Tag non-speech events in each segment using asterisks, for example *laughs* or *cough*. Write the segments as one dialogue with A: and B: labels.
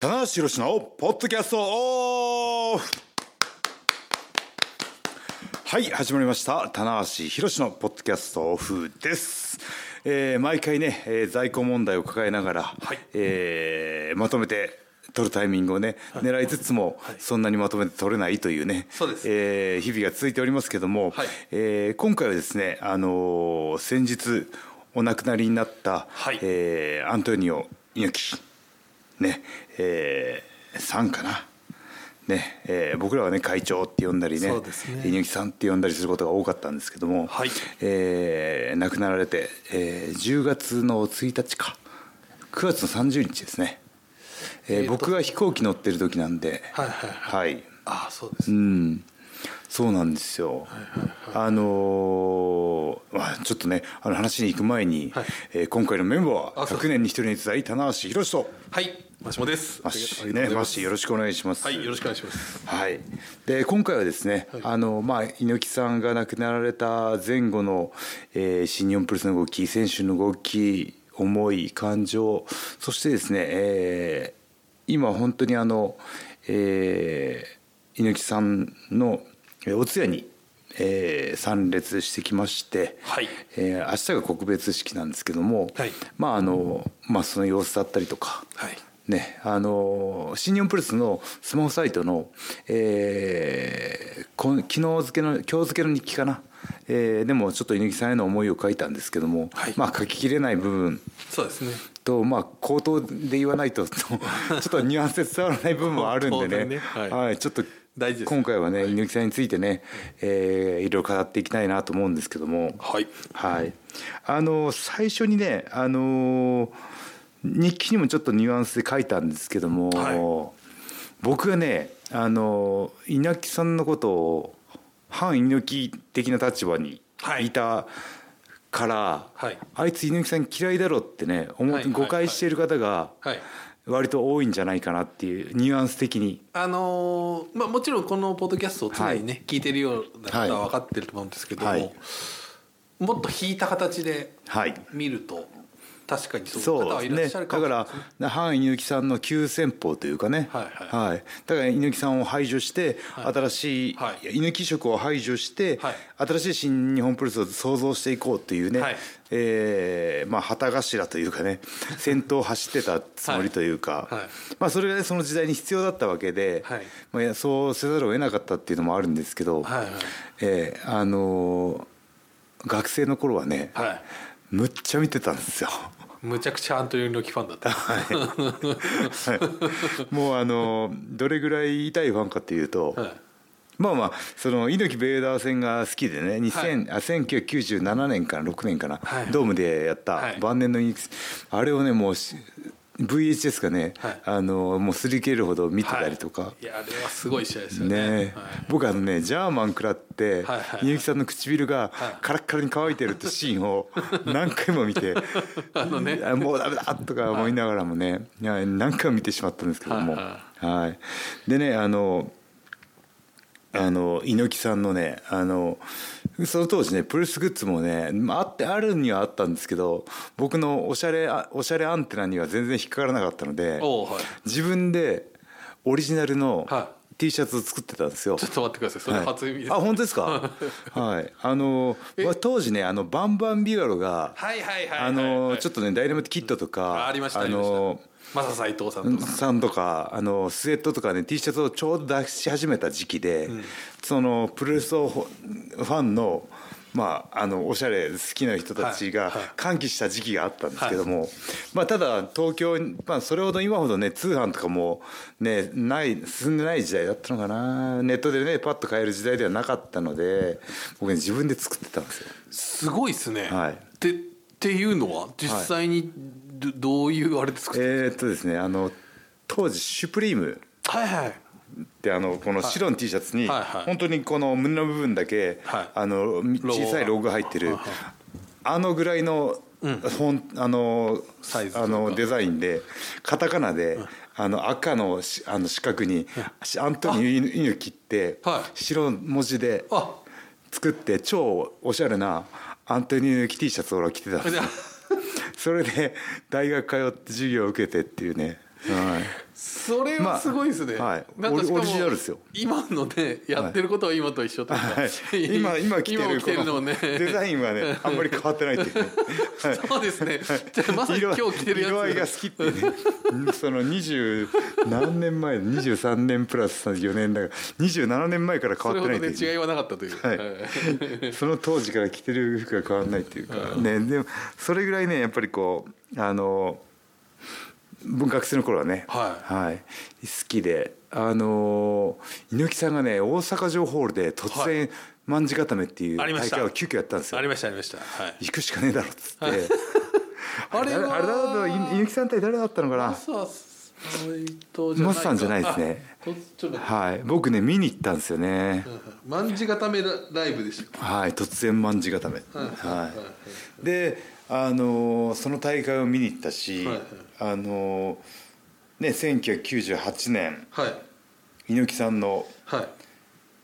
A: 棚橋宏のポッドキャストオフはい始まりました棚橋宏のポッドキャストオフです、えー毎回ね、えー在庫問題を抱えながら、えーまとめて取るタイミングをね、狙いつつも、そんなにまとめて取れないというね
B: そうです
A: えー日々が続いておりますけども、
B: はい
A: えー今回はですね、あのー先日お亡くなりになった、
B: はい
A: えーアントニオ猪木ねえーさんかな。ねえー僕らはね会長って呼んだりね
B: そうですね
A: 猪木さんって呼んだりすることが多かったんですけども、
B: はい
A: えー亡くなられて、えー10月の1日か9月の30日ですね、えー
B: えーと
A: 僕が飛行機乗ってる時なんで
B: はいはい
A: はい
B: ああそうです、
A: うん、そうなんですよ。あのーまあちょっとねあの話に行く前に、
B: はい
A: えー今回のメンバーは
B: あそう
A: 100年に一人に伝え棚橋宏と
B: はいマシモです
A: マッシーねマッシーよろしくお願いします。
B: はいよろしくお願いします
A: はい、で今回はですね、あのまあ、猪木さんが亡くなられた前後の、えー新日本プロレスの動き選手の動き思い感情そしてですね、えー今本当にあの、えー猪木さんのえーお通夜に、えー参列してきまして、
B: はい
A: えー明日が告別式なんですけども、
B: はい
A: まああのまあ、その様子だったりとか、
B: はい
A: ね、あの新日本プロレスのスマホサイトの、えーこん昨日付の今日付の日記かな、えーでもちょっと猪木さんへの思いを書いたんですけども、
B: はい
A: まあ書ききれない部分
B: そうですね
A: と、まあ、口頭で言わないと *laughs* ちょっとニュアンスで伝わらない部分もあるんで
B: 口頭
A: ね
B: でねはい
A: ちょっと
B: 大事です
A: 今回はね猪木さんについてね、えーいろいろ語っていきたいなと思うんですけども。
B: はい
A: はい、あの最初にね、あのー日記にもちょっとニュアンスで書いたんですけども、
B: は
A: 僕がね、あのー猪木さんのことを反猪木的な立場に
B: はい
A: いたから、
B: はい
A: あいつ猪木さん嫌いだろってね思っ
B: はいはい
A: 誤解している方が
B: はい
A: 割と多いんじゃないかなっていうニュアンス的に。
B: あのーまあもちろんこのポッドキャストを常にね、聞いてるような方は分かってると思うんですけども、
A: はい
B: もっと引いた形で
A: はい
B: 見ると確かにそういう方
A: そ
B: は
A: う
B: いら
A: で
B: っし
A: す
B: ゃ
A: ね
B: る
A: だか
B: かもしれない
A: ら
B: ですね
A: 反猪木さんの急先鋒というかね、
B: はいは
A: だから猪木さんを排除して、
B: はい
A: 新しい、
B: はい
A: 猪木色を排除して、
B: はい
A: 新しい新日本プロレスを創造していこうというね、
B: はい
A: えーまあ、旗頭というか
B: *laughs*
A: ね先頭を走ってたつもりというか、
B: はいはい
A: まあ、それが、ね、その時代に必要だったわけで、
B: はい
A: まあいや、そうせざるを得なかったっていうのもあるんですけど、
B: はいはい
A: えーあのー学生の頃はね、
B: はい
A: むっちゃ見てたんですよ。
B: むちゃくちゃアントニオ猪木ファンだった
A: はいもうあのどれぐらい痛いファンかというと、
B: はい
A: まあまあその猪木ベイダー戦が好きでね2000、あ1997年かな6年かな、
B: はい
A: ドームでやっ
B: は
A: た
B: い
A: 晩年の猪木あれをねもうし VHS がね、
B: はい
A: あのもうすり切れるほど見てたりとか。
B: はい、いやあれはすごい試合ですよ
A: ね
B: ね
A: え僕あのねジャーマン食らって
B: はいはい
A: 猪木さんの唇が
B: はい
A: カラッカラに乾いてるってシーンを何回も見
B: *laughs*
A: て
B: はい、あのね
A: あもうダメだとか思いながらもね、いや何回も見てしまったんですけども、
B: はい
A: はいでねあのあの猪木さんのねあのその当時ねプロレスグッズもねまああってあるにはあったんですけど僕のおしゃれあおしゃれアンテナには全然引っかからなかったので
B: おうはい
A: 自分でオリジナルの
B: は
A: T シャツを作ってたんですよ。
B: ちょっと待ってくださいそれ初耳です、
A: はい、あ本
B: 当
A: 当です
B: *laughs*
A: かはいあの、まあ、当時ねあのバンバンビガロが
B: はいはいはいはい、はい、
A: あのちょっとねダイナマイトキットとか
B: あありましたあ
A: あ
B: りました
A: の
B: マサ斎藤さんとか、
A: さんとかあのスウェットとかね T シャツをちょうど出し始めた時期で、そのプロレスをほファンのまああのおしゃれ好きな人たち
B: は
A: が
B: いはい
A: 歓喜した時期があったんですけども、まあただ東京にまあそれほど今ほどね通販とかもねない進んでない時代だったのかなネットでねパッと買える時代ではなかったので僕ね自分で作ってたんですよ。
B: すごいですね、
A: はい
B: でっていうのは実際にど,、どういうあれで作って、
A: えーっとですねあの当時シュプリーム
B: はいはい
A: であのこの白の T シャツに
B: はいはい
A: 本当にこの胸の部分だけ、
B: はい
A: あのみ
B: ロゴが
A: 小さいロゴが入ってるあのぐらいの、ほんあの
B: サイズという
A: あ
B: か
A: のデザインでカタカナで、あの赤のしあの四角に「しアントニオ猪木」って
B: はい
A: 白文字で
B: あ
A: 作って超おしゃれなアントニオ猪木 T シャツを俺は着てたんです
B: じゃ
A: よそれで大学通って授業を受けてっていうねはい
B: それはすごいですね、
A: まあはい
B: なんかしかも
A: オリオリジナルですよ
B: 今のねやってることは今と一緒というか、
A: はい、
B: *laughs*
A: 今今着て
B: 今
A: る
B: 着てる
A: こ
B: の
A: の
B: ね
A: デザインは
B: *laughs*
A: ねあんまり変わってないっていうね、はい
B: そうですねじゃあまさに今
A: 色
B: 日着てるやつ
A: 色合いが好きっていうねその20何年前23年プラス4年だから27年前から変
B: それ
A: わっ
B: ほ
A: てな
B: ど
A: いってい
B: ね
A: うね、
B: 違いはなかったという、
A: はい
B: はい
A: その当時から着てる服が変わらないっていうか、ね、でもそれぐらいねやっぱりこうあの学生の頃はね、
B: はい
A: 好きであの猪木さんがね大阪城ホールで突然、卍固めっていう
B: あり
A: 大
B: ました
A: 会を急遽やったんです
B: あ
A: よ
B: りましたありました、はい、
A: 行くしかねえだろっつって、
B: *laughs* あ
A: あ
B: れ
A: れ
B: は
A: あれだと猪木さん対誰だったのかな
B: そう斎藤
A: マスさんじゃないですね
B: あこちょっと待って
A: はい僕ね見に行ったんですよね、
B: まんじ固めライブでした
A: はい突然卍固め、はい、であのーその大会を見に行ったし、
B: はいはい
A: あのーね1998年
B: はい
A: 猪木さんの
B: は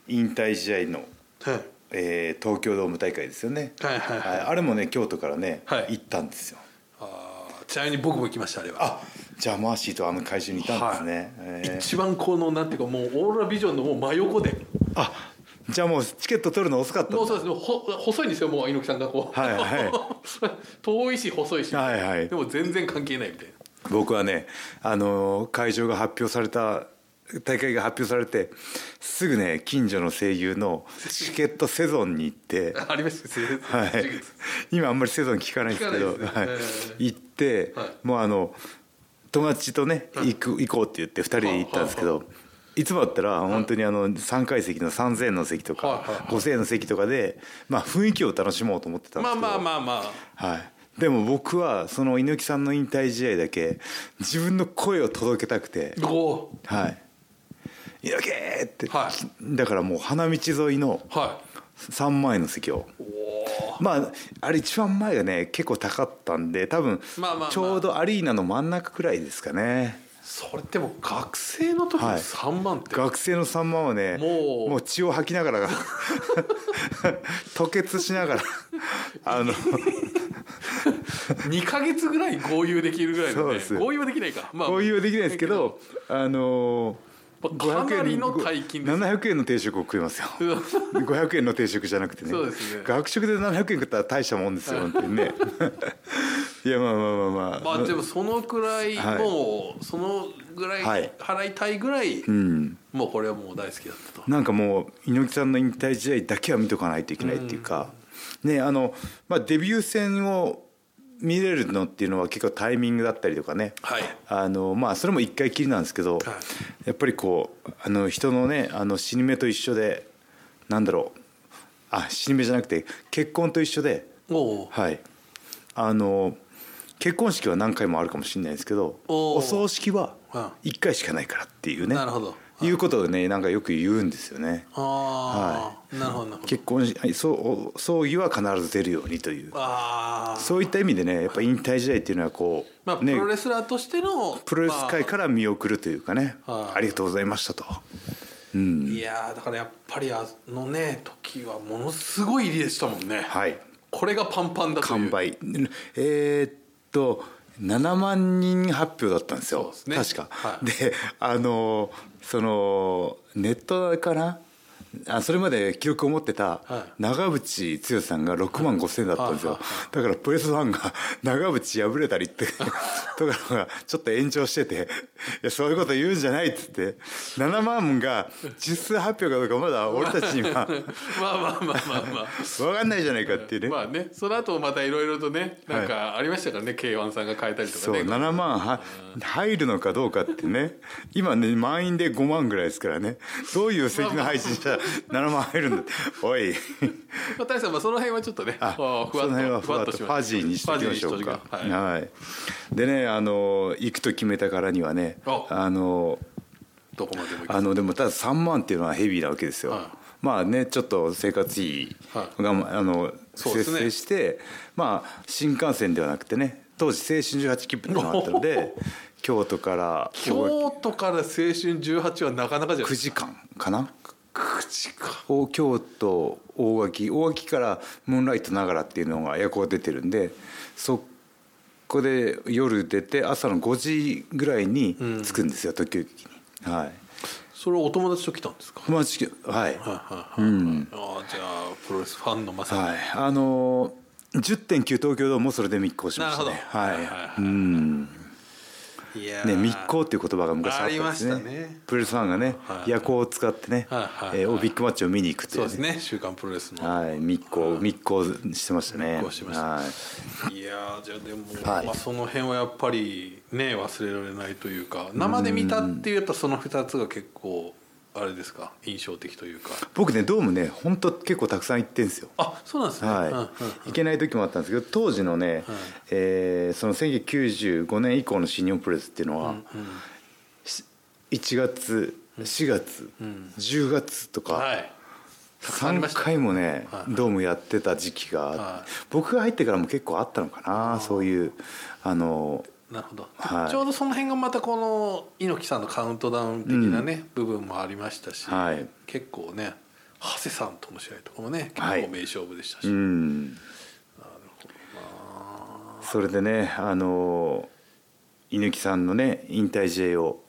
B: い
A: 引退試合の、
B: はい
A: えー東京ドーム大会ですよね、
B: はいはいはい
A: あれもね京都からね、
B: はい
A: 行ったんですよ
B: あーちなみに僕も行きましたあれは
A: あじゃあマーシーとあの会場にいたんですね、えー
B: 一番このなんていうかもうオーロラビジョンのもう真横で
A: あじゃあもうチケット取るの遅かったんだ
B: もうそうですねほ細いんですよもう猪木さんがこう、
A: はいは
B: 遠いし細いし、
A: はいはい
B: でも全然関係ないみたいな
A: 僕はね、あのー会場が発表された大会が発表されてすぐね近所の声優のチケットセゾンに行って、
B: ありましたね
A: はい、今あんまりセゾン聞かないんですけど
B: 聞か
A: は
B: ない
A: い
B: ですねええ
A: 行って、
B: は
A: もうあの友達とね行く行こうって言って2人で行ったんですけど。いつもだったら本当にあの3階席の3,000円の席と
B: はい
A: か
B: はいはい
A: 5,000円の席とかでまあ雰囲気を楽しもうと思ってたんで
B: ますあ
A: けど
B: まあまあまあ
A: はい、でも僕はその猪木さんの引退試合だけ自分の声を届けたくて
B: こ
A: 「はい、猪木!」って、
B: は
A: だからもう花道沿いの
B: うは
A: 3前の席を
B: いお
A: まああれ一番前がね結構高かったんで多分
B: まあまあまあ
A: ちょうどアリーナの真ん中くらいですかね
B: それでも学生の時の
A: はい
B: 3万って、
A: 学生の3万はね
B: もう
A: 血を吐きながら *laughs* 吐血しながらあの
B: 2か月ぐらい豪遊できるぐらい
A: そ
B: の、
A: う
B: ね
A: で、す
B: 豪遊はできないか、まあ、 *laughs*
A: こういうはできないですけど、あの
B: まあかなりの大金です
A: 700円の定食を食え
B: *laughs*
A: ますよ500円の定食じゃなくてね
B: そうですね
A: 学食で700円食ったら大したもんですよ本当にね *laughs* いやまあまあまあまあ、
B: まあでもそのくらい、
A: はい
B: もうそのぐら
A: はいい
B: 払いたいぐらい、
A: うん
B: もうこれはもう大好きだったと
A: なんかもう猪木さんの引退試合だけは見とかないといけないっていうか、ねあの、まあ、デビュー戦を見れるのっていうのは結構タイミングだったりとかね、
B: はい
A: あのまあそれも一回きりなんですけど、やっぱりこうあの人のねあの死に目と一緒でなんだろうあ死に目じゃなくて結婚と一緒で
B: おう
A: はいあの結婚式は何回もあるかもしれないですけど
B: おー
A: お葬式は
B: うん
A: 1回しかないからっていうね
B: なるほど
A: いうことをねなんかよく言うんですよね
B: ああ、なるほどなるほど
A: 結婚しはいそうお葬儀は必ず出るようにという
B: ああ
A: そういった意味でねやっぱ引退試合っていうのはこう、
B: まあ、
A: ね
B: プロレスラーとしての
A: プロレス界
B: ま
A: から見送るというかね、
B: はい
A: ありがとうございましたと。
B: あいやーだからやっぱりあのね時はものすごい入りでしたもんね、
A: はい
B: これがパンパンだとい
A: 完
B: う
A: 売えーっと7万人発表だったんです
B: そう
A: よ
B: ですね
A: 確か、
B: はい
A: であのそのネットかなあそれまで記録を持ってた
B: は
A: 長渕剛さんが6万5千円だったんですよ、
B: はいはい
A: だからプレスファンが *laughs* 長渕破れたりってとかのがちょっと炎上してて「いやそういうこと言うんじゃない」っつって7万が実数発表かどうかまだ俺たちに
B: *laughs*
A: は
B: まあまあまあまあ
A: *laughs*
B: まあ
A: 分かんないじゃないかっていうね、
B: まあねその後またいろいろとねなんかありましたからね、K1 さんが変えたりとか
A: そう
B: ね
A: 7万は入るのかどうかってね今ね満員で5万ぐらいですからねどういう席の配信した
B: *laughs*
A: ら7万入るんだっておい
B: まあ、大さん、まあ、その辺はちょっとね、
A: あ
B: こう
A: その辺はふわっとフ
B: しましょう
A: ァジーにしておきましょうか
B: ファジーにしときましょうはい、
A: はい、でねあの行くと決めたからにはね
B: お
A: あの
B: どこまでも行
A: あのでもただ3万っていうのはヘビーなわけですよ、
B: はい
A: まあねちょっと生活費
B: はい
A: が、あの
B: そうです
A: 節制
B: ね
A: して、まあ新幹線ではなくてね当時青春18切符っていうのがあったので京都から
B: く京都から青春18はなかなかじゃない
A: 9時間かな
B: 9時か
A: お京都大垣大垣からムーンライトながらっていうのが夜行出てるんでそっこで夜出て朝の5時ぐらいに着くんですよ、時々にはい
B: それをお友達と来たんですか
A: 友達はい
B: はいはいはいああじゃあプロレスファンのまさに
A: はいあのー、10.9東京ドームもそれで密航しましたね
B: なるほどはいはい
A: は
B: はい
A: いうん
B: いやー
A: ね、密航っていう言葉が昔あったんですね
B: ありましたね
A: プロレスファンがね、
B: はい
A: 夜行を使ってね、
B: はいはいはい
A: えーおビッグマッチを見に行くってい
B: そうう
A: ね
B: ですね週刊プロレスの、
A: はい、密航密航してましたね
B: 密航してました
A: はい
B: い、やーじゃあでも、
A: はい
B: まあ、その辺はやっぱりね忘れられないというか生で見たっていうやっぱその2つが結構あれですか印象的というか
A: 僕ねドームね本当結構たくさん行ってんですよ
B: あそうなんですね、うんうんうん
A: はい、行けない時もあったんですけど当時のね、えーその1995年以降の新日本プロレスっていうのは、し1月4月、10月とか、
B: はいさんありま
A: 3
B: した
A: 回もね、
B: はい
A: ドームやってた時期が、
B: はい
A: 僕が入ってからも結構あったのかなそういうあの
B: なるほど、
A: はい
B: ちょうどその辺がまたこの猪木さんのカウントダウン的なね、部分もありましたし、
A: はい
B: 結構ね長谷さんとの試合とかもね結
A: はい
B: 構名勝負でしたし、
A: うんそれでねあの猪木さんのね引退試合を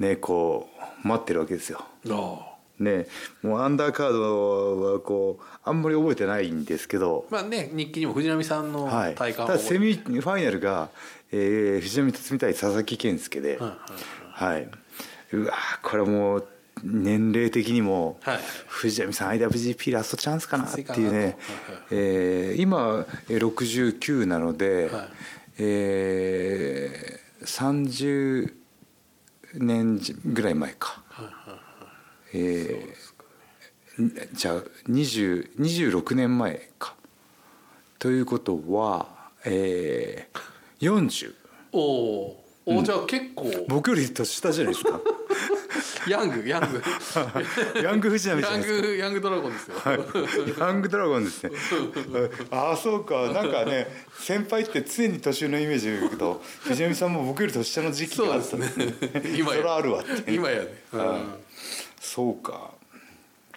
A: ねこう待ってるわけですよ
B: ああ
A: ねもうアンダーカードはこうあんまり覚えてないんですけど、
B: まあね日記にも藤波さんの
A: はい、
B: 体
A: た
B: 感
A: だセミファイナルが、えー、藤波辰巳対佐々木健介で、
B: うんうんうん
A: はい、うわーこれもう年齢的にも、
B: はい
A: 藤波さん IWGP ラストチャンスかなっていうね、
B: き
A: えー今えー69なので、
B: はい
A: えー30年ぐらい前か。えーんじゃあ20 26年前かということは、えー、40
B: おおーおーじゃあ結構
A: 僕より年下じゃないですか
B: ヤングヤング
A: ヤング *laughs* 藤波じゃ
B: ヤ
A: ない
B: ン
A: ですか
B: グヤングドラゴンですよ、
A: ヤングドラゴン
B: *laughs*
A: ですねああそうかなんかね先輩って常に年上のイメージを言うけど藤波さんも僕より年下の時期
B: そ
A: があ
B: うで
A: った
B: す
A: んで
B: ね
A: すね
B: 今
A: それは
B: や
A: あるわって
B: 今やね、うん
A: そうか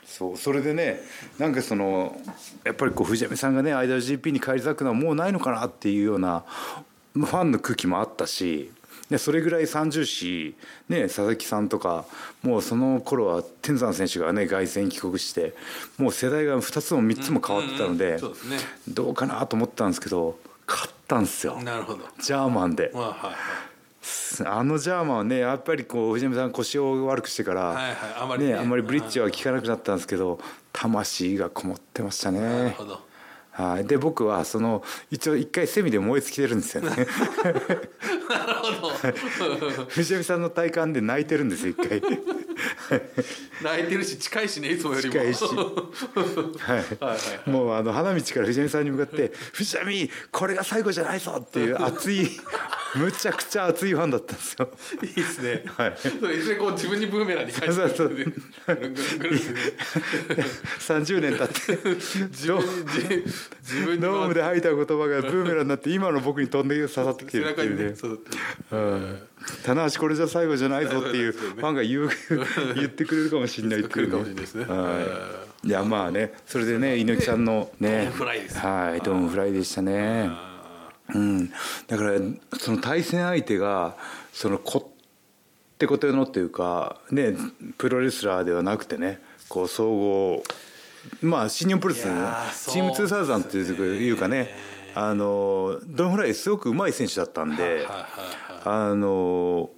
A: そうそれでねなんかそのやっぱりこう藤波さんがね IWGP に返り咲くのはもうないのかなっていうようなファンの空気もあったしでそれぐらい三重視、ね、佐々木さんとかもうその頃は天山選手がね凱旋帰国してもう世代が2つも3つも変わってたの
B: うんう
A: で
B: んそうですね
A: どうかなと思ったんですけど勝ったんですよ
B: なるほど
A: ジャーマンで
B: まあはい
A: あのジャーマンはねやっぱりこう藤波さん腰を悪くしてから、
B: はいはいはいあまりね
A: ね、あんまりブリッジは効かなくなったんですけど魂がこもってました
B: なる
A: ね
B: ほど
A: はいで僕はその一応一回セミで燃え尽きてるんですよね
B: *laughs* なるほ
A: *laughs*
B: ど
A: 藤波さんの体感で泣いてるんですよ一
B: *laughs*
A: 回
B: 泣いてるし近いしねいつもよりも
A: 近いし
B: はいはいはい
A: もうあの花道から藤波さんに向かって「藤波これが最後じゃないぞ!」っていう熱いむちゃくちゃ熱いファンだったんですよ *laughs*
B: いいですね。
A: はい
B: それいずれこう自分にブーメランに返
A: そう
B: して
A: そう
B: ぐるぐるぐる
A: 30年経って
B: *laughs* 自分に自自分に
A: ドームで吐いた言葉がブーメランになって今の僕に飛んで刺さってきて
B: 背
A: るって
B: 中
A: い
B: に
A: う
B: ね
A: ね
B: そうだって
A: うん棚橋これじゃ最後じゃないぞっていう
B: そうですよ
A: フ
B: ね
A: ァンが言う
B: *laughs*
A: 言ってくれるかもしれないって
B: 来
A: い
B: るかもしれ
A: う
B: ないですね。
A: はいいやまあねそれでね猪木さんのね
B: ドームフライです
A: はいドームフライでしたねうんだからその対戦相手がそのこってことのっていうかねプロレスラーではなくてねこう総合まあ新日本プロレスの
B: いやー
A: チーム
B: そうですね
A: 2000っていうかねあのドームフライすごくうまい選手だったんで。
B: はいはいはい
A: あの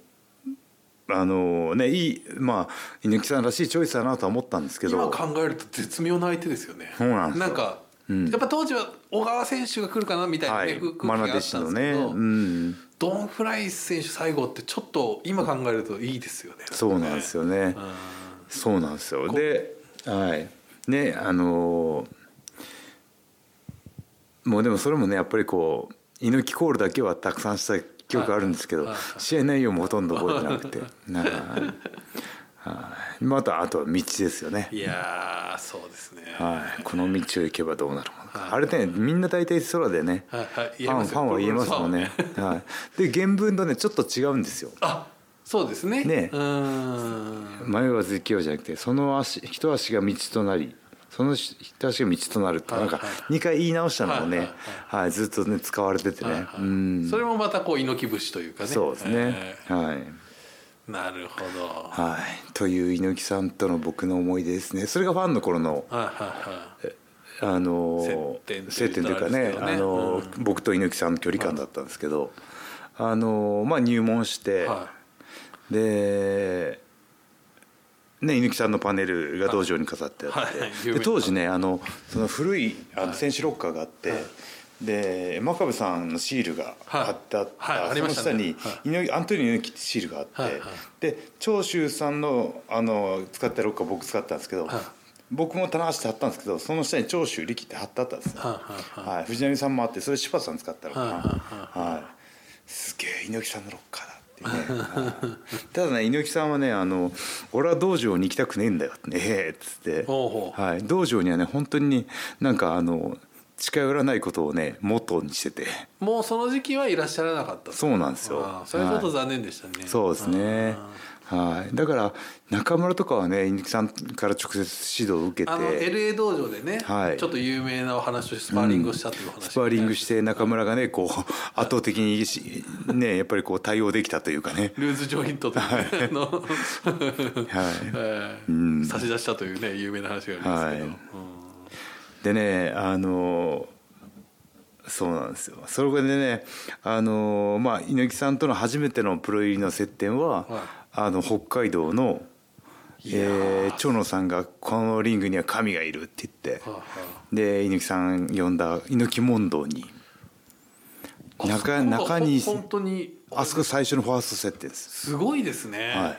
A: あのねいいまあ猪木さんらしいチョイスだなとは思ったんですけ
B: 今
A: ど
B: 考えると絶妙な相手ですよね。
A: そうなんですよ
B: なんかやっぱ当時は小川選手が来るかなみたいな
A: は
B: ね
A: い
B: 空気が
A: マ
B: あっ
A: ナ
B: たん
A: 弟
B: です
A: 子
B: け
A: のねう
B: ど、
A: ん
B: ドンフライス選手最後ってちょっと今考えるといいですよね。
A: そうなんですよねそうなんですよではいねあのもうでもそれもねやっぱりこう猪木コールだけはたくさんした記憶あるんですけど
B: はい
A: 試合内容もほとんど覚えてなくてはいはいまたあとは道ですよね
B: いやーそうですね。
A: はい、この道を行けばどうなるものか、あれねみんな大体空でね、
B: はいはい
A: ファ
B: 言えま
A: ン
B: す
A: フ
B: よ
A: ァンは言えますもんね、はい、で原文とねちょっと違うんですよ
B: あそうですね。
A: ね
B: うーん。
A: 迷わず生きようじゃなくてその足一足が道となりその人しが道となるって、
B: はい
A: な
B: は
A: ん
B: い
A: か2回言い直したのもね、
B: は
A: はいい
B: はい
A: ずっとね使われててね、
B: はいは
A: う
B: い
A: ん
B: それもまたこう猪木節というかね
A: そうですね、
B: え
A: はい、
B: ーなるほどはい
A: はい、という猪木さんとの僕の思い出ですねそれがファンの頃の
B: はいはい
A: あの
B: 接点
A: 接点というか
B: という
A: ね
B: とあれですけどね
A: あの、僕と猪木さんの距離感だったんですけど、あのまあ、入門して、
B: は
A: で、ね、猪木さんのパネルが道場に飾ってあって、
B: はい有名
A: で
B: な
A: 当時ねあのその古いあの選手ロッカーがあって、で真壁さんのシールが貼ってあった、
B: はいはいありまし
A: そ
B: た
A: の下
B: ね
A: に、猪木アントニオ猪木ってシールがあって、
B: はいはい
A: で長州さんのあの使ったロッカー僕使ったんですけど、
B: はい
A: 僕も棚橋って貼ったんですけどその下に長州力って貼ってあったんですよ、
B: はいはい
A: はい、藤波さんもあってそれ柴田さん使ったのかな、
B: はいはい
A: はい、すげえ猪木さんのロッカーだっていうね、は
B: *laughs*
A: いただね猪木さんはねあの「俺は道場に行きたくねえんだよ」ってねえっつって
B: ほうほう
A: はい、道場にはね本当になんかあの近寄らないことをねモットーにしてて
B: もうその時期はいらっしゃらなかった
A: そうなんですよ
B: あーそれはちょっと
A: はい
B: 残念でしたね、
A: そうですね
B: あー
A: はい、だから中村とかはね猪木さんから直接指導を受けて
B: あの LA 道場でね、
A: はい
B: ちょっと有名なお話をスパーリングをしたというお話、
A: スパーリングして中村がねこう *laughs* 圧倒的にしねやっぱりこう対応できたというかね
B: ルーズジョイントというね、あの *laughs* えー差し出したというね有名な話がありますけど、
A: はいでねあのそうなんですよそれでねあのまあ猪木さんとの初めてのプロ入りの接点は、
B: はい
A: あの北海道の
B: やー
A: えー蝶野さんが「このリングには神がいる」って言って、
B: はあは
A: で猪木さん呼んだ猪木問答に
B: あ
A: 中
B: あそこが
A: 中西
B: ほん本当に
A: あそこ最初のファースト接点です
B: すごいですね、
A: はい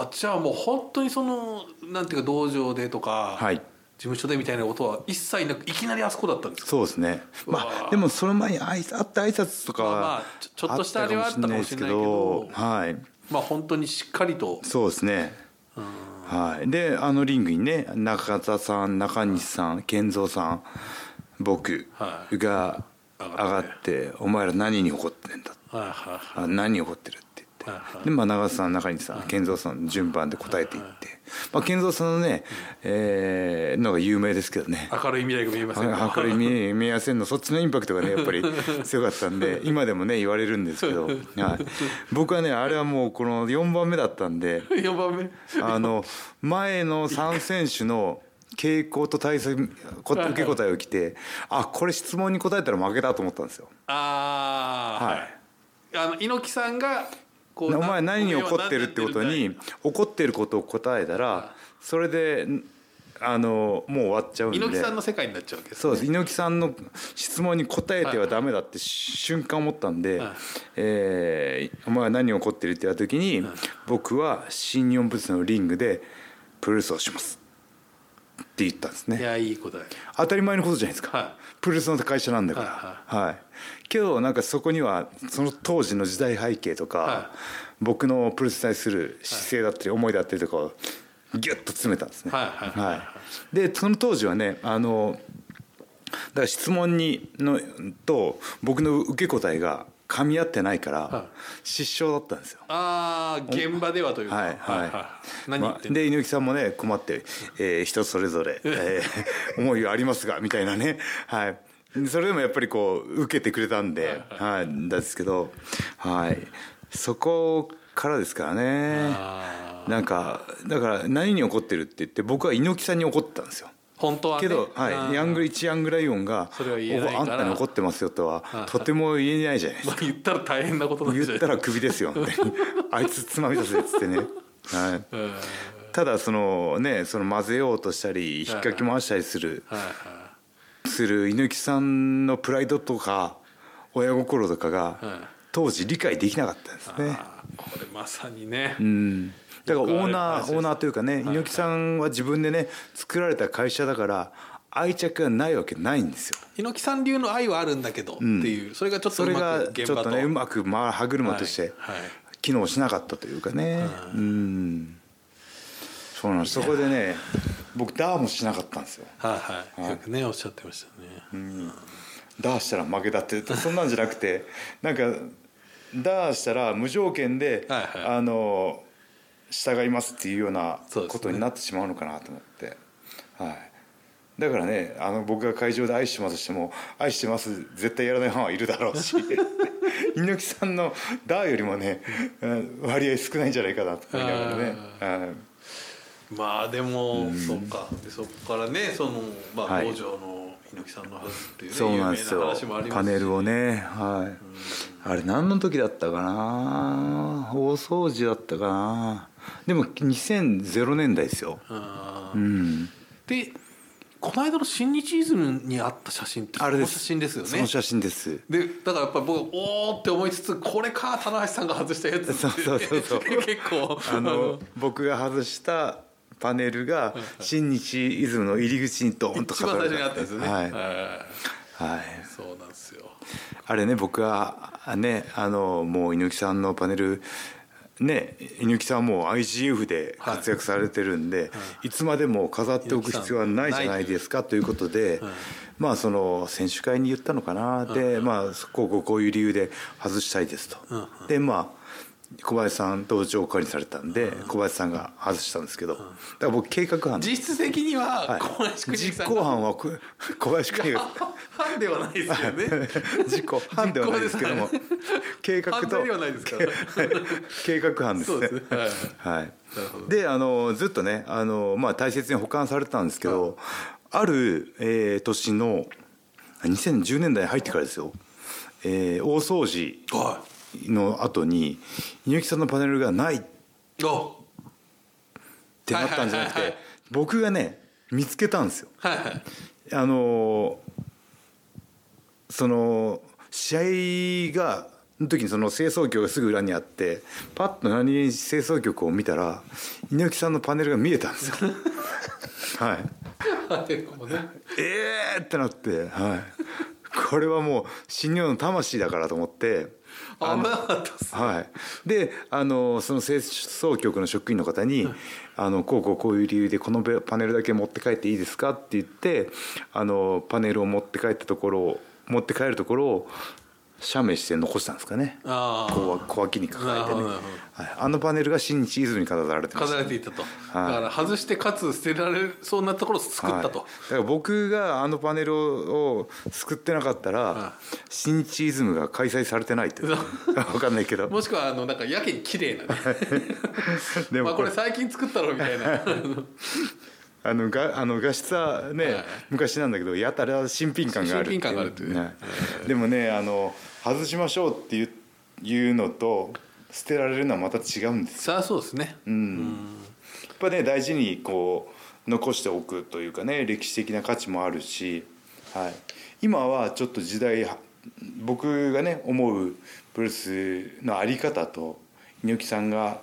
B: あじゃあもう本当にそのなんていうか道場でとか、
A: はい
B: 事務所でみたいなことは一切なくいきなりあそこだったんですか
A: そうですね。ま
B: うわ
A: あでもその前に挨拶会って挨拶とか
B: まあまあ
A: は
B: ちょちょっとしたあれはあったかもしれないけ
A: あっ
B: ど
A: たかもしれないですけどはい。
B: まあ本当にしっかりと
A: そうですね。はい。であのリングにね中田さん中西さん健三さん僕
B: はい
A: が上がって「お前ら何に怒ってんだ」
B: はいはいはい
A: あ何に怒ってるって言
B: はい
A: っ
B: は
A: てで、まあ、長瀬さん中西さん健三さん順番で答えていって、まあ、健三さんのね、えーのが有名ですけどね
B: 明るい未来が見えませんか
A: 明るい見え見えやせんのそっちのインパクトがねやっぱ
B: *laughs*
A: り強かったんで今でもね言われるんですけど、はい、僕はねあれはもうこの4番目だったんで
B: 4番目
A: あの前の3選手の傾向と対策こ受け答えを来てあこれ質問に答えたら負けだと思ったんですよ。
B: ああ
A: はい
B: あの猪木さんがこ
A: お
B: な
A: 前何に怒ってるってこと
B: な
A: に
B: んて
A: 怒ってることを答えたらそれでんあのもう終わっちゃうんで
B: 言うんだい猪木さんの世界になっちゃうわけです
A: そうです猪木さんの質問に答えてはダメだって瞬間思ったんで
B: はい
A: 「えーお前は何を怒ってる?」って言った時に僕は新日本物のリングでプロレスをしますって言ったんです
B: い
A: ね
B: やいい答え
A: 当たり前のことじゃないですか、
B: はい
A: プロレスの会社なんだから
B: は
A: はい、けどなんかそこにはその当時の時代背景とか、
B: は
A: 僕のプロレスに対する姿勢だったり思いだったりとかをギュッと詰めたんですね
B: はいはいはい
A: いでその当時はねあのだから質問にのと僕の受け答えが噛み合ってないから、
B: は
A: 失笑だったんですよ
B: ああ現場ではというか
A: はいはい、
B: 何言ってん
A: ま
B: の
A: で猪木さんもね困って、えー人それぞ
B: *laughs*
A: れ、えー思いはありますがみたいなねはいそれでもやっぱりこう受けてくれたんで、はいですけどはいそこからですからね
B: あ
A: なんかだから何に怒ってるって言って僕は猪木さんに怒ってたんですよ
B: 本当はね
A: けど、
B: あ
A: は
B: ー
A: い、ヤング一ヤングライオンが
B: それは言えないから
A: おあんたに怒ってますよ」とはとても言えないじゃないですか
B: *laughs* まあ言ったら大変なことなんじゃない
A: 言ったらクビですよみたいにあいつつまみ出せっつってね、はい、
B: うんはい
A: ただそのねその混ぜようとしたり引っかき回したりする
B: は
A: する猪木さんのプライドとか親心とか
B: うん
A: が当時理解できなかったんです
B: い
A: ね、
B: あーこれまさにね
A: うん、だからオーナ
B: よくある話です
A: ーオーナーというかね猪木さんは自分でね作られた会社だから愛着がないわけないんですよ
B: 猪木さん流の愛はあるんだけどっていうそれがちょっと
A: そうれ
B: ま
A: が
B: く
A: ち
B: 現
A: ょ
B: 場
A: っと
B: と
A: ねうまくまあ歯車として、
B: はいはい
A: 機能しなかったというかね、うんそうなんですそこでね僕ダーもしなかったんですよ
B: はいはいよくねおっしゃってましたね
A: ダーしたら負けだってそんなんじゃなくてなんかダーしたら無条件で、
B: はいはい
A: あの従いますっていうような
B: そうですね
A: ことになってしまうのかなと思って、はいだからねあの僕が会場で「愛してます」しても「愛してます」絶対やらないファンはいるだろう
B: *laughs*
A: し猪木さんの「ダー」よりもねうん割合少ないんじゃないかなと思いながらね。うん
B: まあでも、そうかでそこからねそのまあ
A: はい
B: 北条、の猪木さんの話っていう,、ね、
A: そうなんです
B: 有名な
A: よ
B: 話もありますし
A: パネルをねはいあれ何の時だったかな大掃除だったかなでも2000年代ですよ
B: あ
A: う
B: ー
A: ん
B: でこの間の新日イズムにあった写真って
A: あれです
B: その写真ですよ
A: その
B: ね
A: 写真です
B: でだからやっぱり僕おおって思いつつこれか棚橋さんが外したやつって
A: そうそうそうそう
B: 結構
A: あの僕が外したパネルが新日イズムの入り口にドーンと
B: 一番
A: 飾ら
B: 最
A: れ
B: 初にあったんですよね、
A: はい、
B: は
A: はい、
B: いそうなんですよ
A: あれね僕はあねあのもう猪木さんのパネルね猪木さんはもう IGF で活躍されてるんで、い、つまでも飾っておく必要はないじゃないですかということで、まあその選手会に言ったのかな、でまあそここうこういう理由で外したいですと、でまあ小林さん同情をお借りされたんで、小林さんが外したんですけど、だから僕計画犯で
B: 実質的には小林
A: はい
B: 邦彦
A: 実
B: さん
A: 行
B: が
A: 犯はこ小林邦が
B: 犯ではないですよね
A: *laughs* 事故犯ではないですけども
B: 実行
A: 計画
B: 犯
A: と
B: 罪ではないですから
A: *laughs* 計画犯です
B: そうで
A: ね
B: すねは
A: は
B: い
A: い
B: なるほど
A: であのずっとねあの、まあ、大切に保管されてたんですけど、ある、えー年の2010年代に入ってからですよ、えー大掃除
B: は
A: の後に猪木さんのパネルがないっ
B: いお
A: てなったんじゃなくて、
B: はいはいはいはい
A: 僕がね見つけたんですよ
B: はいはい
A: あのその試合がの時にその清掃局がすぐ裏にあってパッと何気に清掃局を見たら猪木さんのパネルが見えたんですよ。はい、
B: あでもね
A: えーってなって、はい、これはもう新日本の魂だからと思って。
B: 危なかったっす
A: はい、であのその清掃局の職員の方に「あのこうこうこういう理由でこのパネルだけ持って帰っていいですか?」って言ってあのパネルを持って帰ったところを持って帰るところを写メして残したんですかね
B: あー
A: 小わ小脇に抱えてね、
B: なるほど
A: は
B: ないるほ、
A: あのパネルが新日イズムに飾られてました
B: 飾られていたと、だから外してかつ捨てられそうなところを救った
A: はい、
B: と、
A: だから僕があのパネルを救ってなかったら、新日イズムが開催されて
B: *laughs*
A: ないって分かんないけど
B: もしくはあのなんかやけに綺麗なね
A: でも
B: まあこれ最近作ったろみたいな
A: あのがあの画質はね、
B: はい
A: 昔なんだけどやたら新品感があるっていう
B: 新品感があるという
A: ねでもねあの外しましょうっていういうのと捨てられるのはまた違うんです
B: *laughs* さあそうですね、
A: やっぱね大事にこう残しておくというかね歴史的な価値もあるし、はい、今はちょっと時代僕がね思うプロレスのあり方と猪木さんが、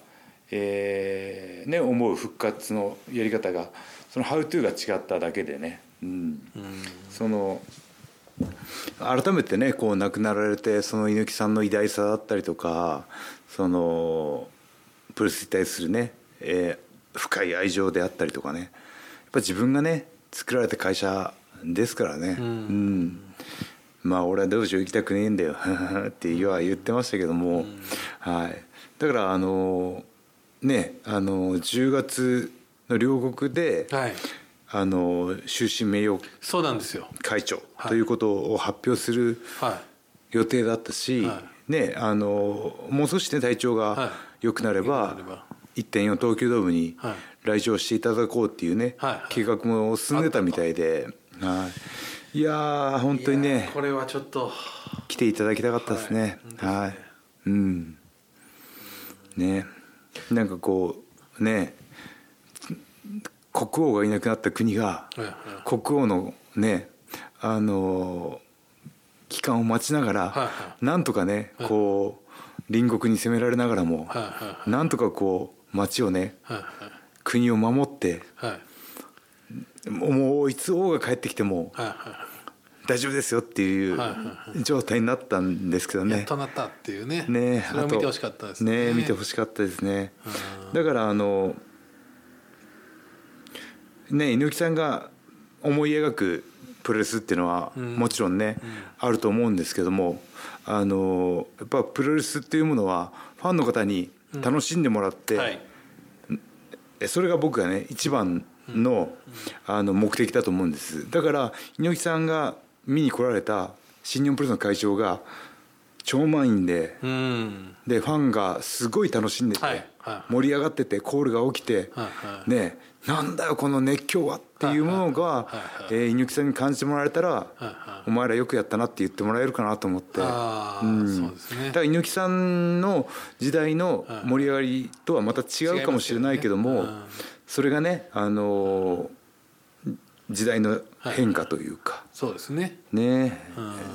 A: えーね、思う復活のやり方がその「ハウトゥー」が違っただけでね、うん、その改めてねこう亡くなられてその猪木さんの偉大さだったりとかそのプロレスに対するね、えー深い愛情であったりとかねやっぱ自分がね作られた会社ですからね、うんまあ俺はどうしよう行きたくねえんだよ *laughs* って言わ言ってましたけども、はい、だからあのねあの10月の両国で、
B: はい
A: あの終身名誉
B: そうなんですよ
A: 会長
B: はい
A: ということを発表する
B: は
A: 予定だったし、
B: は
A: ね、あのもう少し、ね、体調
B: は
A: が良くなれば,、
B: 良くなれば
A: 1.4東京ドームに
B: はい
A: 来場していただこうっていうね、
B: はいはい
A: 計画も進んでたみたいで、はい、いやー本
B: い
A: 当に
B: いや
A: ね
B: ーこれはちょっと
A: 来ていただきたかったですね。はいうんね、なんかこうね国王がいなくなった国が
B: うんうん
A: 国王のねあの期間を待ちなが
B: い
A: ら
B: は
A: なんとかねこう隣国に攻められながらも
B: はいは
A: なんとかこう町をね
B: はい
A: 国を守って
B: はいはい
A: もういつ王が帰ってきても
B: はいは
A: 大丈夫ですよっていう
B: はいは
A: 状態になったんですけど
B: い
A: ね
B: やっ。となったっていうね
A: ね
B: それ
A: あ
B: を見
A: と
B: てほしかったですね
A: ね見てほしかったですねだからあのね猪木さんが思い描くプロレスっていうのはもちろんね、あると思うんですけどもあのやっぱプロレスっていうものはファンの方に楽しんでもらって、
B: はい
A: ええそれが僕がね一番の,、あの目的だと思うんですだから猪木さんが見に来られた新日本プロレスの会場が超満員で、
B: うん
A: でファンがすごい楽しんでて、
B: はいはい
A: 盛り上がっててコールが起きて、
B: はいはい
A: ねなんだよこの熱狂はっていうものが
B: はいはいはいはい
A: えー猪木さんに感じてもらえたら
B: はい
A: お前らよくやったなって言ってもらえるかなと思って。
B: ああ、
A: うん
B: そうですね
A: だから猪木さんの時代の盛り上がりとはまた違うかもしれないけども、
B: 違いますよねうん
A: それがね、あのー時代の変化というか、
B: そうですね
A: ね、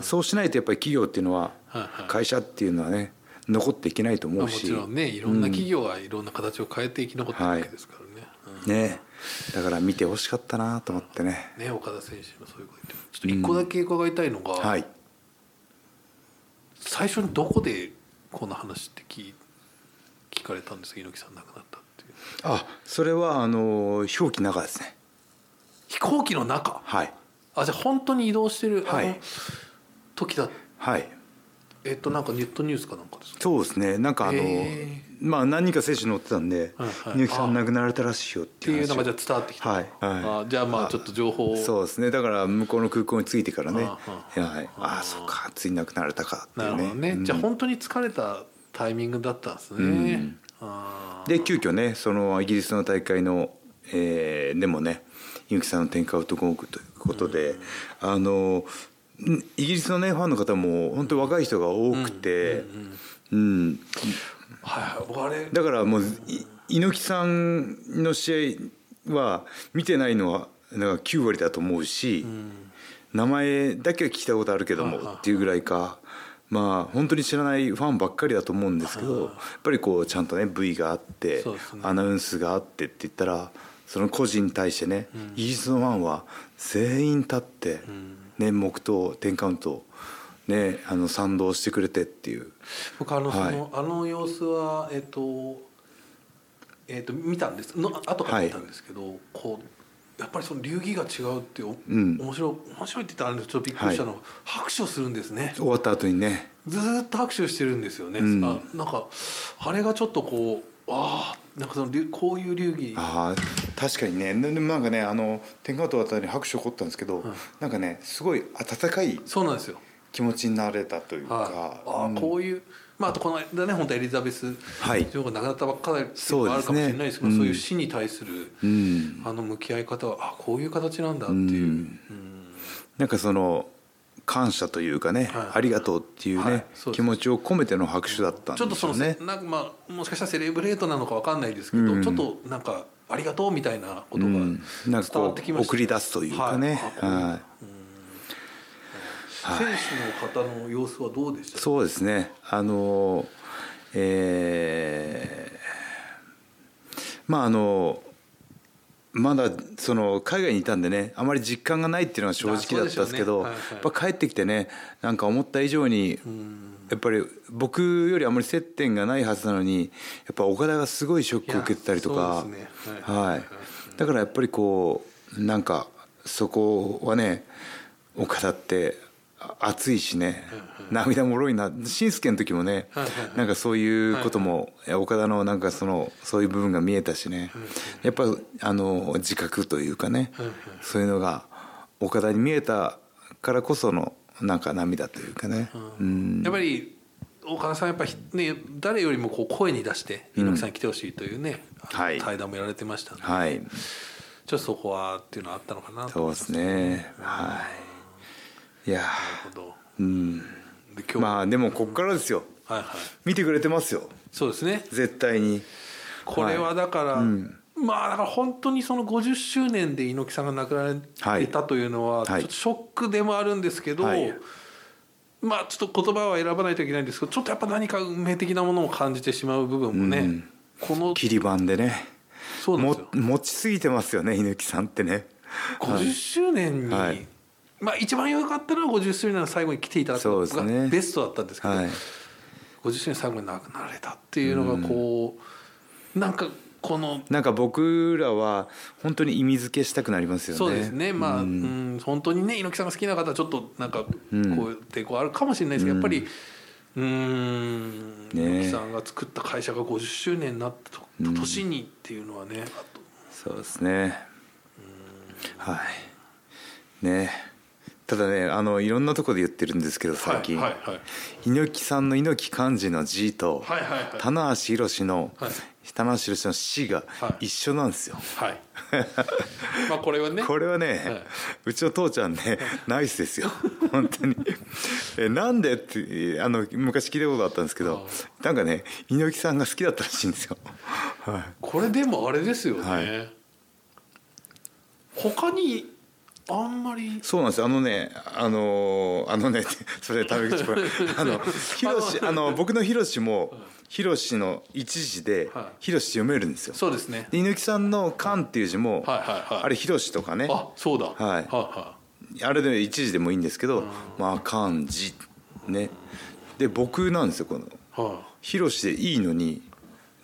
B: う
A: そうしないとやっぱり企業っていうのは、
B: はいはい
A: 会社っていうのはね残っていけないと思
B: まあ、
A: う
B: も
A: し、
B: ちろんねいろんな企業はいろんな形を変えて生き残ってるわけですからね、うん
A: ねだから見てほしかったなと思ってね。
B: ね岡田選手もそういうこと言ってますちょっと一個だけ伺いたいのが、
A: はい、
B: 最初にどこでこの話って聞聞かれたんですか猪木さん亡くなったっていう
A: あそれはあのー表記中ですね
B: 飛行機の中
A: はい
B: あじゃあ本当に移動してるあ
A: はい
B: の時だ
A: はい
B: えっとなんかネットニュースかなんかですか
A: そうですねなんかあのー、
B: へ
A: まあ何人か選手乗ってたんで
B: はいはい
A: 猪木さん亡くなられたらしいよっ
B: ってて
A: いう
B: いう
A: 話
B: の
A: を
B: がじゃあ伝わってきた、
A: はいはい
B: あじゃあまあちょっと情報を
A: そうですねだから向こうの空港に着いてからね
B: あ
A: はいはいああそうかついに亡くなられたかってい
B: な
A: う
B: る
A: ね
B: ほどね、
A: うん
B: じゃあ本当に疲れたタイミングだったんですね、
A: うん
B: あー
A: で急遽ねそのイギリスの大会の、えーでもね猪木さんの天下男国ということで、あのんイギリスのねファンの方も本当に若い人が多くて、うん
B: はいはい僕あれ
A: だからもうい猪木さんの試合は見てないのはなんか9割だと思うし、名前だけは聞いたことあるけどもっていうぐらいか。まあ本当に知らないファンばっかりだと思うんですけどやっぱりこうちゃんとね V があって
B: そうですね
A: アナウンスがあってって言ったらその個人に対してね、イギリスのファンは全員立って、ね、黙と10カウント、ね、あの賛同してくれてっていう
B: 僕あのその、
A: はい
B: あの様子はえっ、とえっ、と見たんですの後から見たんですけど、こうやっぱりその流儀が違うってお、
A: うん
B: 面白い面白いって言ったらあれですけどちょっとびっくりしたのは、拍手をするんですね
A: 終わった後にね
B: ずーっと拍手してるんですよね、
A: うん
B: あなんかあれがちょっとこうああなんかその流こういう流儀
A: あー確かにねででもなんかねあの天下とあたりに拍手起こったんですけど、なんかねすごい温かい
B: そうなんですよ
A: 気持ちになれたというか、
B: はい、ああ、
A: うん
B: こういう、まあ、あとこの間ね本当エリザベス
A: はい
B: 女王が亡くなったばっかりっていう
A: そ
B: の
A: う
B: もあ
A: で
B: るか
A: す
B: も
A: ね
B: しれないですけどそう
A: うん
B: いう死に対する、
A: うん
B: あの向き合い方はあこういう形なんだっていう、
A: うん
B: うん
A: なんかその感謝というかね、
B: はい
A: ありがとうっていうね、
B: はいそうです
A: 気持ちを込めての拍手だったん
B: ちょっと
A: でし
B: そ
A: ょ
B: の
A: う
B: せ
A: ね。
B: なんかまあもしかしたらセレブレートなのかわかんないですけど、
A: うん
B: ちょっとなんかありがとうみたいなこと
A: う
B: が
A: ん、なんか
B: 伝
A: こ
B: わってき
A: う
B: ました、
A: 送り出すというかね、
B: は
A: はいい
B: あこう選手の方の様子はどうでしたか
A: そうですねあのえーまああのまだその海外にいたんでねあまり実感がないっていうのは正直だったんですけど、
B: あそうでしょうねはいはい
A: やっぱ帰ってきてねなんか思った以上にやっぱり僕よりあまり接点がないはずなのにやっぱ岡田がすごいショックを受けてたりと
B: いや
A: か
B: そうですねはい
A: はいだからやっぱりこうなんかそこはね岡田ってあ熱いしね涙もろいな紳助の時もね
B: はいはいはい
A: なんかそういうこともえ岡田のなんかそのそういう部分が見えたしねやっぱあの自覚というかね
B: はいはい
A: そういうのが岡田に見えたからこそのなんか涙というかねうん
B: やっぱり岡田さんやっぱりね誰よりもこう声に出して猪木さんに来てほしいというね、あの
A: はい
B: 対談もやられてましたんで、
A: はい
B: ちょっとそこはっていうのはあったのかな
A: そうですね
B: な
A: はいいや
B: るほど
A: うん
B: で今日、
A: まあでもこっからですよ
B: はいはい
A: 見てくれてますよ
B: そうですね
A: 絶対に
B: これはだから、まあだから本当にその50周年で猪木さんが亡くなら
A: は
B: れ
A: い
B: たというの
A: は
B: は、
A: い
B: ちょっとショックでもあるんですけど、
A: はい
B: まあちょっと言葉は選ばないといけないんですけどちょっとやっぱ何か運命的なものを感じてしまう部分もね、この
A: 切り板でね
B: そうなんですよ
A: も持ちすぎてますよね猪木さんってね
B: 50周年に、
A: はい
B: まあ一番良かったのは50周年の最後に来ていただく
A: そう
B: の
A: です
B: が
A: ね
B: ベストだったんですけど、
A: はい
B: 50周年最後に亡くなられたっていうのがこう、なんかこの
A: なんか僕らは本当に意味付けしたくなりますよね
B: そうですねまあ、うん本当にね猪木さんが好きな方はちょっとなんかこう抵抗あるかもしれないですけど、やっぱりうー
A: ね
B: ん
A: え
B: 猪木さんが作った会社が50周年になったと
A: うん
B: 年にっていうのはね、あと
A: そうですねはいねただねあのいろんなとこで言ってるんですけど最近、
B: はいはいはい
A: 猪木さんの猪木漢字の「字」と
B: はいはいはい
A: 棚橋宏の
B: はい
A: 棚橋宏の「死」が
B: はい
A: 一緒なんですよ、
B: はい
A: *laughs*
B: まあこれはね
A: これはね、
B: はいう
A: ちの父ちゃんねナイスです
B: *laughs*
A: よ本当にえなんでってあの昔聞いたことあったんですけどなんかね猪木さんが好きだったらしいんですよ、はい、
B: これでもあれですよね、
A: はい
B: 他にあんまり
A: そうなんですあのねあのーあのねそれタメ口っぽい
B: *laughs*
A: あのひろしあの僕のひろしもひろしの一字で
B: はい
A: ひろし読めるんですよ
B: そうですね
A: で猪木さんの「勘」っていう字も、
B: はいはいはい
A: あれひろしとかね
B: あそうだ
A: い
B: はいは
A: あれで一字でもいいんですけど、まあ漢字ねで僕なんですよこの
B: いは
A: ひろしでいいのに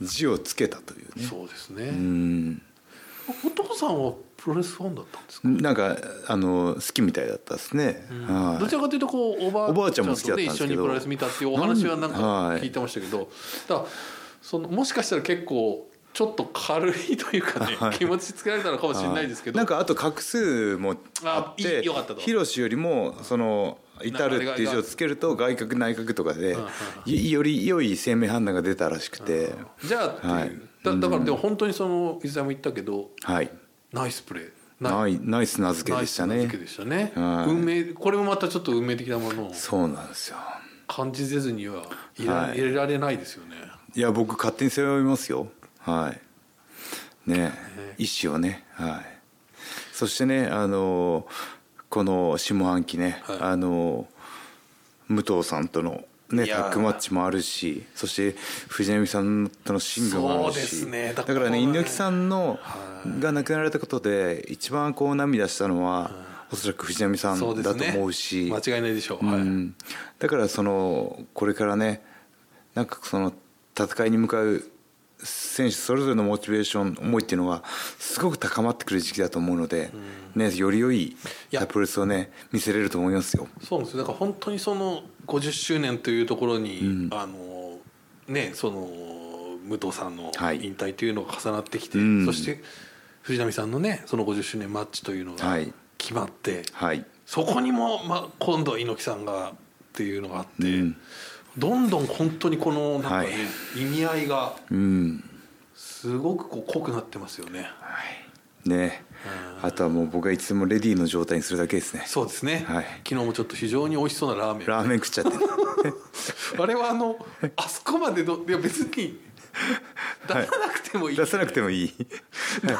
A: 字をつけたという
B: い
A: ね
B: そうです
A: う
B: ね、
A: ん
B: お父さんはプロレスファンだったんですか、
A: なんかあの好きみたいだったですね、はい
B: どちらかというとこうおば
A: おばあちゃんも好きだったんで
B: 一
A: すけど
B: 緒にプロレス見たっていうお話はなんか
A: はい
B: 聞いてましたけど、だからそのもしかしたら結構ちょっと軽いというかね、気持ちつけられたのかもしれないですけど
A: んかあと画数もあっ
B: あい
A: て
B: いよかったと
A: ヒロシよりもその「至る」っていう字をつけると外角内角とかでいより良い生命判断が出たらしくて
B: じゃあっていう、
A: はい
B: だだからでも本当にその伊沢も言ったけど
A: はい
B: ナイスプレー
A: ナ
B: イ
A: イナイス名付けでした
B: ナイス
A: ね
B: な付けでしたね
A: はい
B: 運命これもまたちょっと運命的なものを
A: そうなんですよ
B: 感じせずにはいら,、
A: はい
B: い、れられないですよね
A: いや僕勝手に背負いますよはいねえ意思をねはいそしてねあのこの下半期ね、
B: はい
A: あの武藤さんとのね
B: い
A: タ
B: やー
A: ッグマッチもあるしそして藤波さんとのシングルもあるし
B: そうですね
A: だ
B: だから
A: からね
B: ここはね
A: 猪木さんのが亡くなられたことで一番こう涙したのは、おそらく藤波さん
B: そうです
A: だと
B: ね
A: 思うし
B: 間違いないでしょう、は
A: う
B: い
A: んだからそのこれからねなんかその戦いに向かう選手それぞれのモチベーション思いっていうのがすごく高まってくる時期だと思うので、ね、より良い
B: や
A: プロレスをね見せれると思いますよ。
B: そうなんですよだから本当にその50周年というところに、あのねその武藤さんの
A: はい
B: 引退というのが重なってきて、
A: うん
B: そして藤波さんのねその50周年マッチというのが
A: はい
B: 決まって、
A: はい
B: そこにも、まあ、今度は猪木さんがっていうのがあって、
A: うん
B: どんどん本当にこのなんかね、
A: はい
B: 意味合いが
A: うん
B: すごくこう濃くなってますよね。
A: はい、ね
B: うん
A: あとはもう僕はいつでもレディーの状態にするだけですね
B: そうですね、
A: はい
B: 昨日もちょっと非常に美味しそうなラーメン
A: ラーメン食っちゃって
B: *laughs* あれはあのあそこまでのいや
A: *laughs*
B: 別に出さなくてもいい、
A: 出さなくても
B: *laughs*
A: いい
B: だ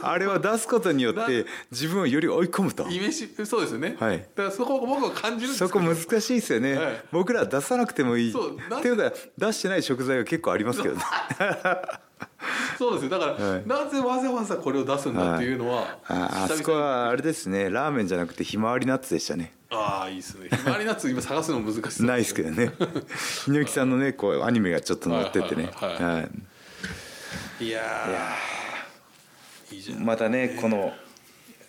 B: か
A: あれは出すことによって自分をより追い込むと
B: らイメージそうですよね、
A: はい
B: だからそこを僕は感じるんです
A: そ
B: けど
A: こ難しいですよね、
B: はい
A: 僕らは出さなくてもいい
B: そうな
A: っていうことは出してない食材が結構ありますけど
B: *laughs*
A: ね
B: そうですよだから、
A: はい
B: なぜわざわざこれを出すんだっていうのは、
A: ああ
B: 久々に
A: そこはあれですねラーメンじゃなくてひまわりナッツでした
B: *laughs*
A: ね
B: ああいいですねひまわりナッツ今探すの難しそう
A: ないですけどね猪木さんのねこうアニメがちょっと載っててね、
B: はいはいは
A: はい
B: いやーいいじゃん、
A: またねこの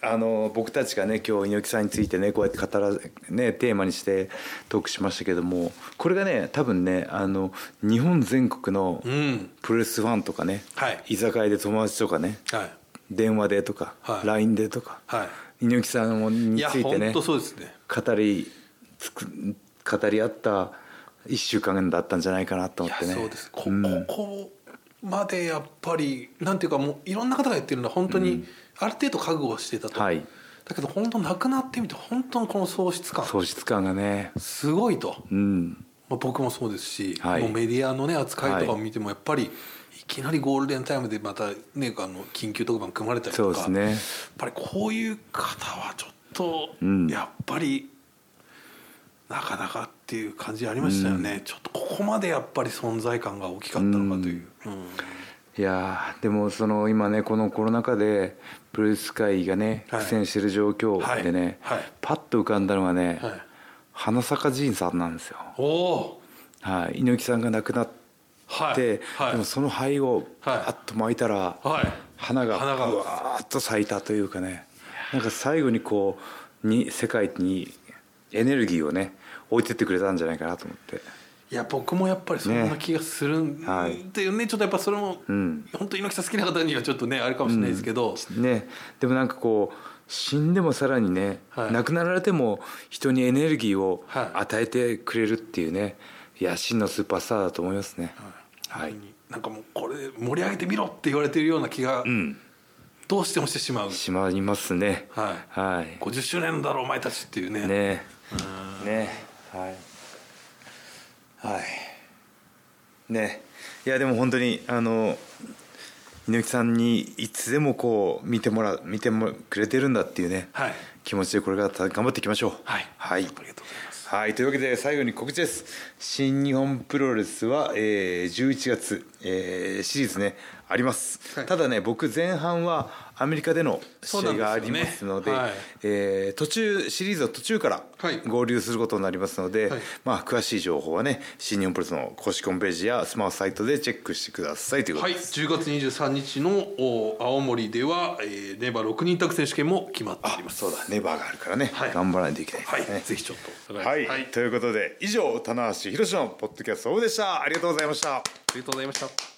A: あの僕たちがね今日猪木さんについてねこうやって語ら、ね、テーマにしてトークしましたけどもこれがね多分ねあの日本全国の
B: うん
A: プロレスファンとかね、
B: はい
A: 居酒屋で友達とかね
B: はい
A: 電話でとか、
B: はい
A: LINE でとか、
B: は
A: 猪木さん
B: いい
A: に
B: や
A: ついて
B: 本
A: ね
B: 当そうですね
A: 語りつく語り合った1週間だったんじゃないかなと
B: い
A: 思
B: や
A: ってね
B: そうですこ,、
A: うん
B: ここまでやっぱりなんていうかもういろんな方が言ってるのは本当にある程度覚悟はしてたと、
A: はい
B: だけど本当亡くなってみて本当にこの喪失感
A: 喪失感がね
B: すごいと、
A: うん
B: まあ、僕もそうですし、
A: はい
B: もうメディアのね扱いとかを
A: はい
B: 見てもやっぱり、いきなりゴールデンタイムでまたねあの緊急特番組まれたり
A: そ
B: と
A: う
B: か
A: ですね
B: やっぱりこういう方はちょっと、
A: うん
B: やっぱりなかなかっていう感じありましたよね、ちょっとここまでやっぱり存在感が大きかったのかという、うん
A: いやーでもその今ねこのコロナ禍でプロレス界がね
B: は
A: 苦
B: い
A: 戦してる状況でね、
B: はいはい
A: パッと浮かんだのがね、
B: はい
A: 花坂仁さんなんですよ、
B: おお
A: はい、猪木さんが亡くなって、
B: はいはい
A: でもその灰を
B: はい
A: パッと巻いたら、
B: はい
A: 花が
B: 花が
A: ぶわーっと咲いたというかねなんか最後にこうに世界にエネルギーをね置いてってくれたんじゃないかなと思って
B: いや僕もやっぱりそんな気がするん
A: ねはい
B: っていうねちょっとやっぱそれも、
A: ん
B: 本当猪木さん好きな方にはちょっとねあれかもしれないですけど、
A: ね、でもなんかこう死んでもさらにね、
B: はい
A: 亡くなられても人にエネルギーを
B: はい
A: 与えてくれるっていうねいや真のスーパースターだと思いますね。はい、
B: 本当になんかもうこれ盛り上げてみろって言われてるような気が
A: うん、
B: どうしてもしてしまう、
A: しまいますね。
B: はい
A: はい、
B: 50周年だろお前たちっていうね
A: ね
B: うん
A: ねはいはいねいやでも本当にあの猪木さんにいつでもこう見てもら見てもくれてるんだっていうね、
B: はい
A: 気持ちでこれから頑張っていきましょう
B: はい
A: はい
B: ありがとうございます
A: はい、というわけで最後に告知です新日本プロレスは、えー11月、えーシリーズねあります、
B: はい
A: ただね僕前半はアメリカでの試合がありますので
B: そうなん
A: えー途中シリーズは途中から
B: はい
A: 合流することになりますので、
B: はい
A: まあ、詳しい情報はね新日本プロレスの公式ホームページやスマホサイトでチェックしてくださいということ
B: はい、
A: です、
B: 10月23日のお青森では、えー、ネバー6人タッグ選手権も決まっており
A: あ
B: ます
A: そうだネバーがあるからね、
B: はい
A: 頑張らないといけない
B: はい、
A: ですね、
B: ぜひちょっと
A: はい、
B: はい、あり
A: ということで以上棚橋宏のポッドキャストオフでしたありがとうございました
B: がとうございました